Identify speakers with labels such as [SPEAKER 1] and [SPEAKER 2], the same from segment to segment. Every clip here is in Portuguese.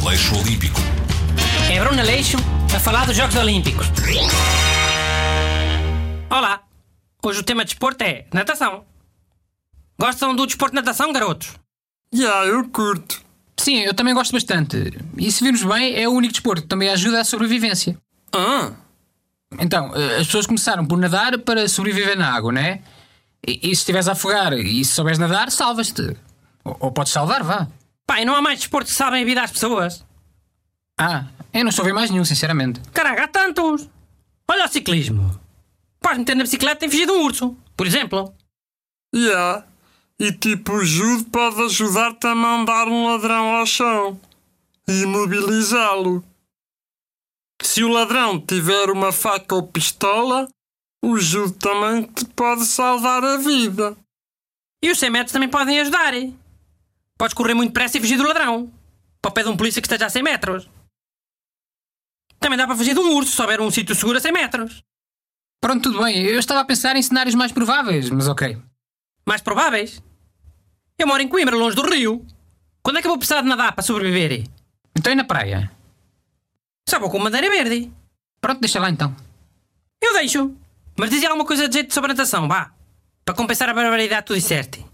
[SPEAKER 1] Aleixo Olímpico.
[SPEAKER 2] É Bruno Aleixo a falar dos Jogos Olímpicos. Olá! Hoje o tema de desporto é natação. Gostam do desporto de natação, garotos?
[SPEAKER 3] Yeah, eu curto.
[SPEAKER 4] Sim, eu também gosto bastante. E se virmos bem, é o único desporto que também ajuda à sobrevivência.
[SPEAKER 3] Ah,
[SPEAKER 4] Então, eh, as pessoas começaram por nadar para sobreviver na água, não é? E, e se estiveres a afogar e se souberes nadar, salvas-te. Ou, ou podes salvar, vá.
[SPEAKER 2] Pá, e não há mais desporto que salvem a vida às pessoas?
[SPEAKER 4] Ah, eu não soube mais nenhum, sinceramente.
[SPEAKER 2] Caraca, há tantos! Olha o ciclismo. Podes meter na bicicleta e fugir de um urso, por exemplo.
[SPEAKER 3] yeah. E tipo, o judo pode ajudar-te a mandar um ladrão ao chão e imobilizá-lo. Se o ladrão tiver uma faca ou pistola, o judo também te pode salvar a vida.
[SPEAKER 2] E os 100 metros também podem ajudar. Podes correr muito depressa e fugir do ladrão. Para o pé de um polícia que esteja a 100 metros. Também dá para fugir de um urso se houver um sítio seguro a 100 metros.
[SPEAKER 4] Pronto, tudo bem. Eu estava a pensar em cenários mais prováveis, mas ok.
[SPEAKER 2] Mais prováveis. Eu moro em Coimbra, longe do rio. Quando é que eu vou precisar de nadar para sobreviver?
[SPEAKER 4] Então e na praia?
[SPEAKER 2] Só vou com madeira verde.
[SPEAKER 4] Pronto, deixa lá então.
[SPEAKER 2] Eu deixo. Mas dizia alguma coisa de jeito sobre a natação, vá. Para compensar a barbaridade que tu disseste.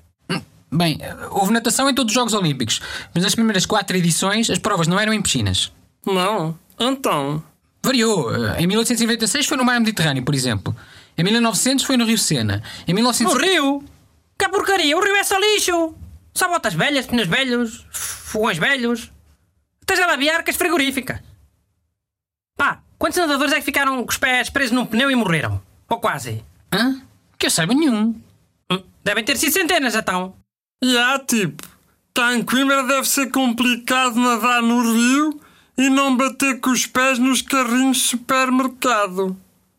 [SPEAKER 4] Bem, eh, houve natação em todos os Jogos Olímpicos, mas nas primeiras quatro edições as provas não eram em piscinas.
[SPEAKER 3] Não? Então,
[SPEAKER 4] Variou. Eh, Em 1896 foi no mar Mediterrâneo, por exemplo. Em 1900 foi no Rio Sena. Em
[SPEAKER 2] No
[SPEAKER 4] 1900...
[SPEAKER 2] rio? Que porcaria, o rio é só lixo. Só botas velhas, pneus velhos, fogões velhos. Estás a labiar que as frigoríficas. Pá, quantos nadadores é que ficaram com os pés presos num pneu e morreram? Ou quase?
[SPEAKER 4] Hã? Que eu saiba nenhum.
[SPEAKER 2] Hum, Devem ter sido centenas, então.
[SPEAKER 3] yeah, tipo, cá em Coimbra deve ser complicado nadar no rio e não bater com os pés nos carrinhos de supermercado.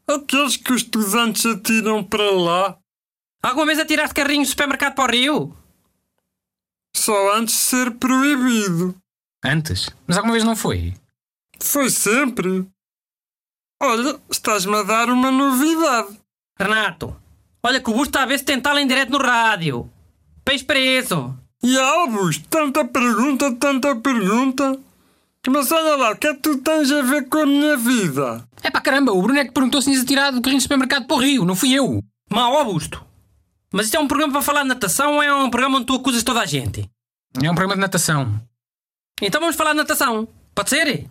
[SPEAKER 3] Aqueles que os estudantes atiram para lá.
[SPEAKER 2] Alguma vez atiraste carrinhos de supermercado para o rio?
[SPEAKER 3] Só antes de ser proibido.
[SPEAKER 4] Antes. Mas alguma vez não foi?
[SPEAKER 3] Foi sempre. Olha, estás-me a dar uma novidade.
[SPEAKER 2] Renato, olha que o Busto está a ver se tentá-la em direto no rádio. Peixe preso.
[SPEAKER 3] E Albus, tanta pergunta, tanta pergunta. Mas olha lá, o que é que tu tens a ver com a minha vida?
[SPEAKER 4] É para caramba, o Bruno é que perguntou se tinhas atirado do carrinho de supermercado para o Rio, não fui eu.
[SPEAKER 2] Mau Augusto. Mas isto é um programa para falar de natação ou é um programa onde tu acusas toda a gente?
[SPEAKER 4] É um programa de natação.
[SPEAKER 2] Então vamos falar de natação. Pode ser?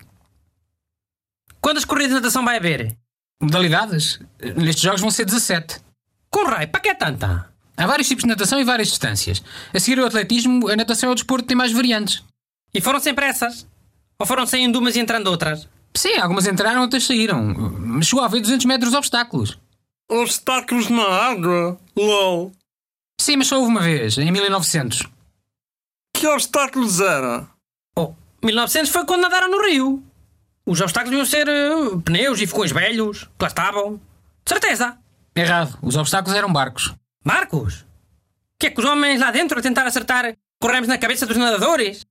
[SPEAKER 2] Quantas corridas de natação vai haver?
[SPEAKER 4] Modalidades? Nestes jogos vão ser 17.
[SPEAKER 2] Com raio, para que é tanta?
[SPEAKER 4] Há vários tipos de natação e várias distâncias. A seguir ao atletismo, a natação é o desporto que tem mais variantes.
[SPEAKER 2] E foram sempre essas? Ou foram saindo umas e entrando outras?
[SPEAKER 4] Sim, algumas entraram, outras saíram. Mas chegou a haver 200 metros de obstáculos.
[SPEAKER 3] Obstáculos na água? LOL.
[SPEAKER 4] Sim, mas só houve uma vez, em 1900.
[SPEAKER 3] Que obstáculos era?
[SPEAKER 2] Oh, 1900 foi quando nadaram no rio. Os obstáculos iam ser eh, pneus e fogões velhos, que lá estavam. De certeza.
[SPEAKER 4] Errado, os obstáculos eram barcos.
[SPEAKER 2] Marcos? Que é que os homens lá dentro a tentar acertar corremos na cabeça dos nadadores?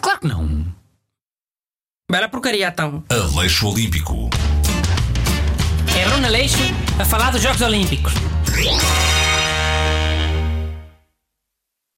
[SPEAKER 4] Claro que não.
[SPEAKER 2] Bela porcaria, então.
[SPEAKER 1] Aleixo Olímpico.
[SPEAKER 2] É Bruno Aleixo a falar dos Jogos Olímpicos.